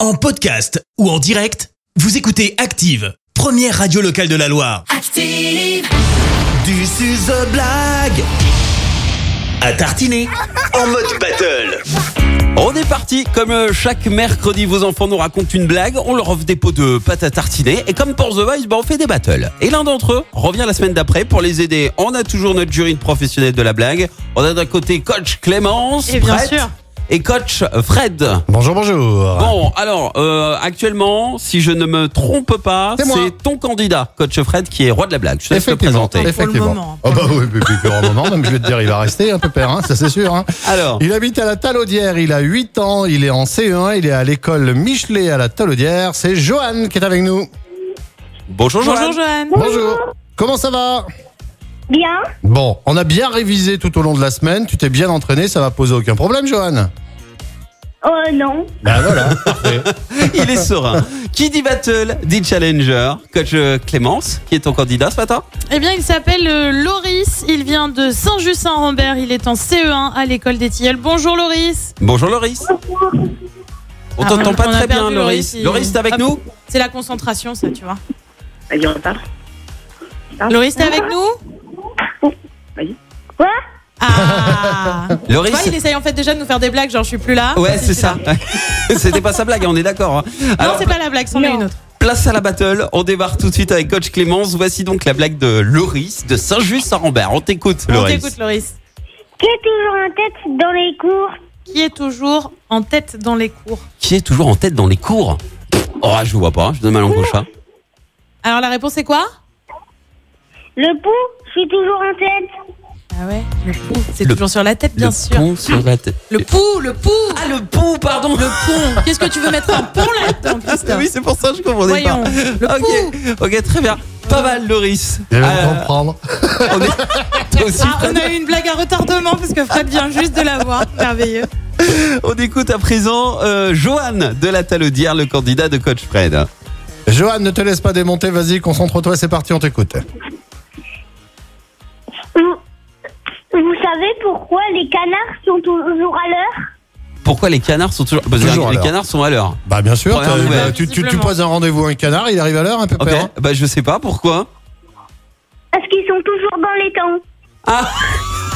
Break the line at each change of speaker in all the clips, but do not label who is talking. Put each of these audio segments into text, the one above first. En podcast ou en direct, vous écoutez Active, première radio locale de la Loire.
Active,
Du suze blague à tartiner en mode battle.
On est parti, comme euh, chaque mercredi, vos enfants nous racontent une blague, on leur offre des pots de pâte à tartiner, et comme pour The Voice, bah, on fait des battles. Et l'un d'entre eux revient la semaine d'après pour les aider. On a toujours notre jury de professionnels de la blague. On a d'un côté coach Clémence,
Et bien
prête,
sûr.
et coach Fred.
Bonjour, bonjour.
Bon, alors, euh, actuellement, si je ne me trompe pas,
C'est moi.
c'est ton candidat, coach Fred, qui est roi de la blague. Je te laisse te présenter.
Pour le moment.
Oh bah oui, mais puis pour le moment, même je vais te dire, il va rester, un peu père, ça c'est sûr. hein.
Alors,
Il habite à la Talaudière, il a 8 ans, il est en CE1, il est à l'école Michelet à la Talaudière. C'est Johan qui est avec nous.
bonjour, Johan.
Bonjour Johan.
Bonjour. Comment ça va
Bien.
Bon, on a bien révisé tout au long de la semaine, tu t'es bien entraîné, ça va poser aucun problème, Johan.
Oh non.
Bah voilà, parfait.
Il est serein. Qui dit battle dit challenger. Coach euh, Clémence, qui est ton candidat ce matin
Eh bien, il s'appelle euh, Loris. Il vient de Saint-Just-Saint-Rambert. Il est en CE1 à l'école des Tilleuls. Bonjour Loris.
Bonjour Loris. On
Ah,
t'entend
on
pas
a
très bien Loris.
perdu Loris, Ah, il-
Loris, t'es avec
Hop.
nous
C'est la concentration, ça, tu vois.
Vas-y, on repart.
Loris, t'es avec nous
Vas-y.
Quoi
Ah Tu
Loris
vois, il essaye en fait déjà de nous faire des blagues, genre je suis plus là.
Ouais, c'est
Si, je suis là.
ça. C'était pas sa blague, on est d'accord. hein.
non,
Alors,
c'est pas la blague, c'en est
Non.
une autre.
place à la battle. On démarre tout de suite avec coach Clémence. Voici donc la blague de Loris de Saint-Just-Saint-Rambert. On t'écoute,
On
Loris.
t'écoute, Loris.
Qui est toujours en tête dans les cours
Qui est toujours en tête dans les cours
Qui est toujours en tête dans les cours Pff, Oh, je vois pas. Je donne ma langue au chat.
Alors la réponse est quoi
Le pou, je suis toujours en tête.
Ah ouais, le pou. C'est
Le-
toujours sur la tête, bien
le
sûr.
pont sur la tête.
Le pou, le pou
Ah, le pont, pardon. Le pont.
Qu'est-ce que tu veux mettre un pont là-dedans, Christophe
oui, c'est pour ça que je comprenais
Voyons.
pas.
Le Euh. pou.
Ok, ok, très bien. Pas mal, Loris.
je vais
Euh,
me comprendre.
on est- Toi aussi,
Ah, on
Fred.
a eu une blague à retardement parce que Fred vient juste de la voir. Merveilleux.
On écoute à présent euh, Johan de la Talodière, le candidat de Coach Fred.
Johan, ne te laisse pas démonter, vas-y, concentre-toi, c'est parti, on t'écoute.
Vous, vous savez pourquoi les canards sont toujours à l'heure
Pourquoi les canards sont toujours. Parce que
Toujours à
les
l'heure.
canards sont à l'heure.
Bah bien sûr,
Première
t'as-
nouvelle.
bah, tu, tu- tu
Visiblement.
poses un rendez-vous à un canard, il arrive à l'heure, un peu
Ok.
père, hein
Bah je sais pas pourquoi.
Parce qu'ils sont toujours dans les temps.
Ah.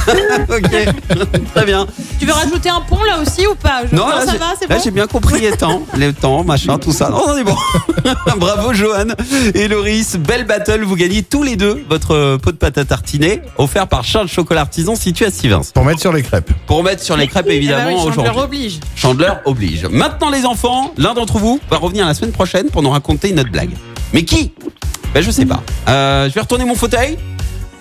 ok. Très bien.
Tu veux rajouter un pont là aussi ou pas Je-
là,
ça
j'ai-
va, c'est
là,
bon
j'ai bien compris les temps, les temps, machin, tout ça. Non, on est bon. Bravo Johan et Loris, belle battle. Vous gagnez tous les deux votre euh, pot de pâte à tartiner offert par Charles Chocolat Artisan situé à Sivins.
Pour mettre sur les crêpes.
Pour mettre sur les crêpes
Eh ben oui,
évidemment
Chandler
aujourd'hui.
oblige.
Chandler oblige. Maintenant, les enfants, l'un d'entre vous va revenir la semaine prochaine pour nous raconter une autre blague. Mais qui Ben, je sais pas. Euh, je vais retourner mon fauteuil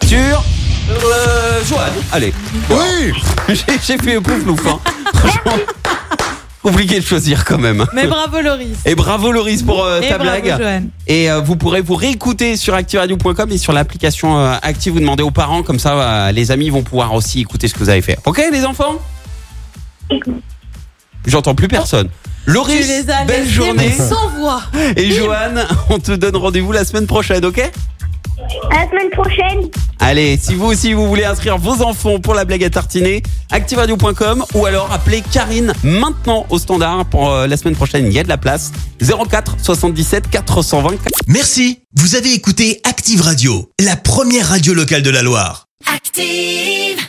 sur. Euh, Johan. Allez,
Oui
j'ai j'ai fait pouf louf. hein. Franchement, compliqué de choisir quand même.
Mais bravo Loris.
Et bravo Loris pour euh,
Et
ta
bravo
blague.
Johan.
Et euh, vous pourrez vous réécouter sur activeradio.com et sur l'application euh, Active. Vous demandez aux parents, comme ça, euh, les amis vont pouvoir aussi écouter ce que vous avez fait. Ok, les enfants J'entends plus personne.
Tu
Loris,
les as
belle
laissés,
journée.
mais sans voix.
Et Johan, on te donne rendez-vous la semaine prochaine, ok
À la semaine prochaine.
Allez, si vous aussi vous voulez inscrire vos enfants pour la blague à tartiner, activeradio.com ou alors appelez Karine maintenant au standard pour euh, la semaine prochaine. Il y a de la place. 04 77 420
Merci, vous avez écouté Active Radio, la première radio locale de la Loire.
active.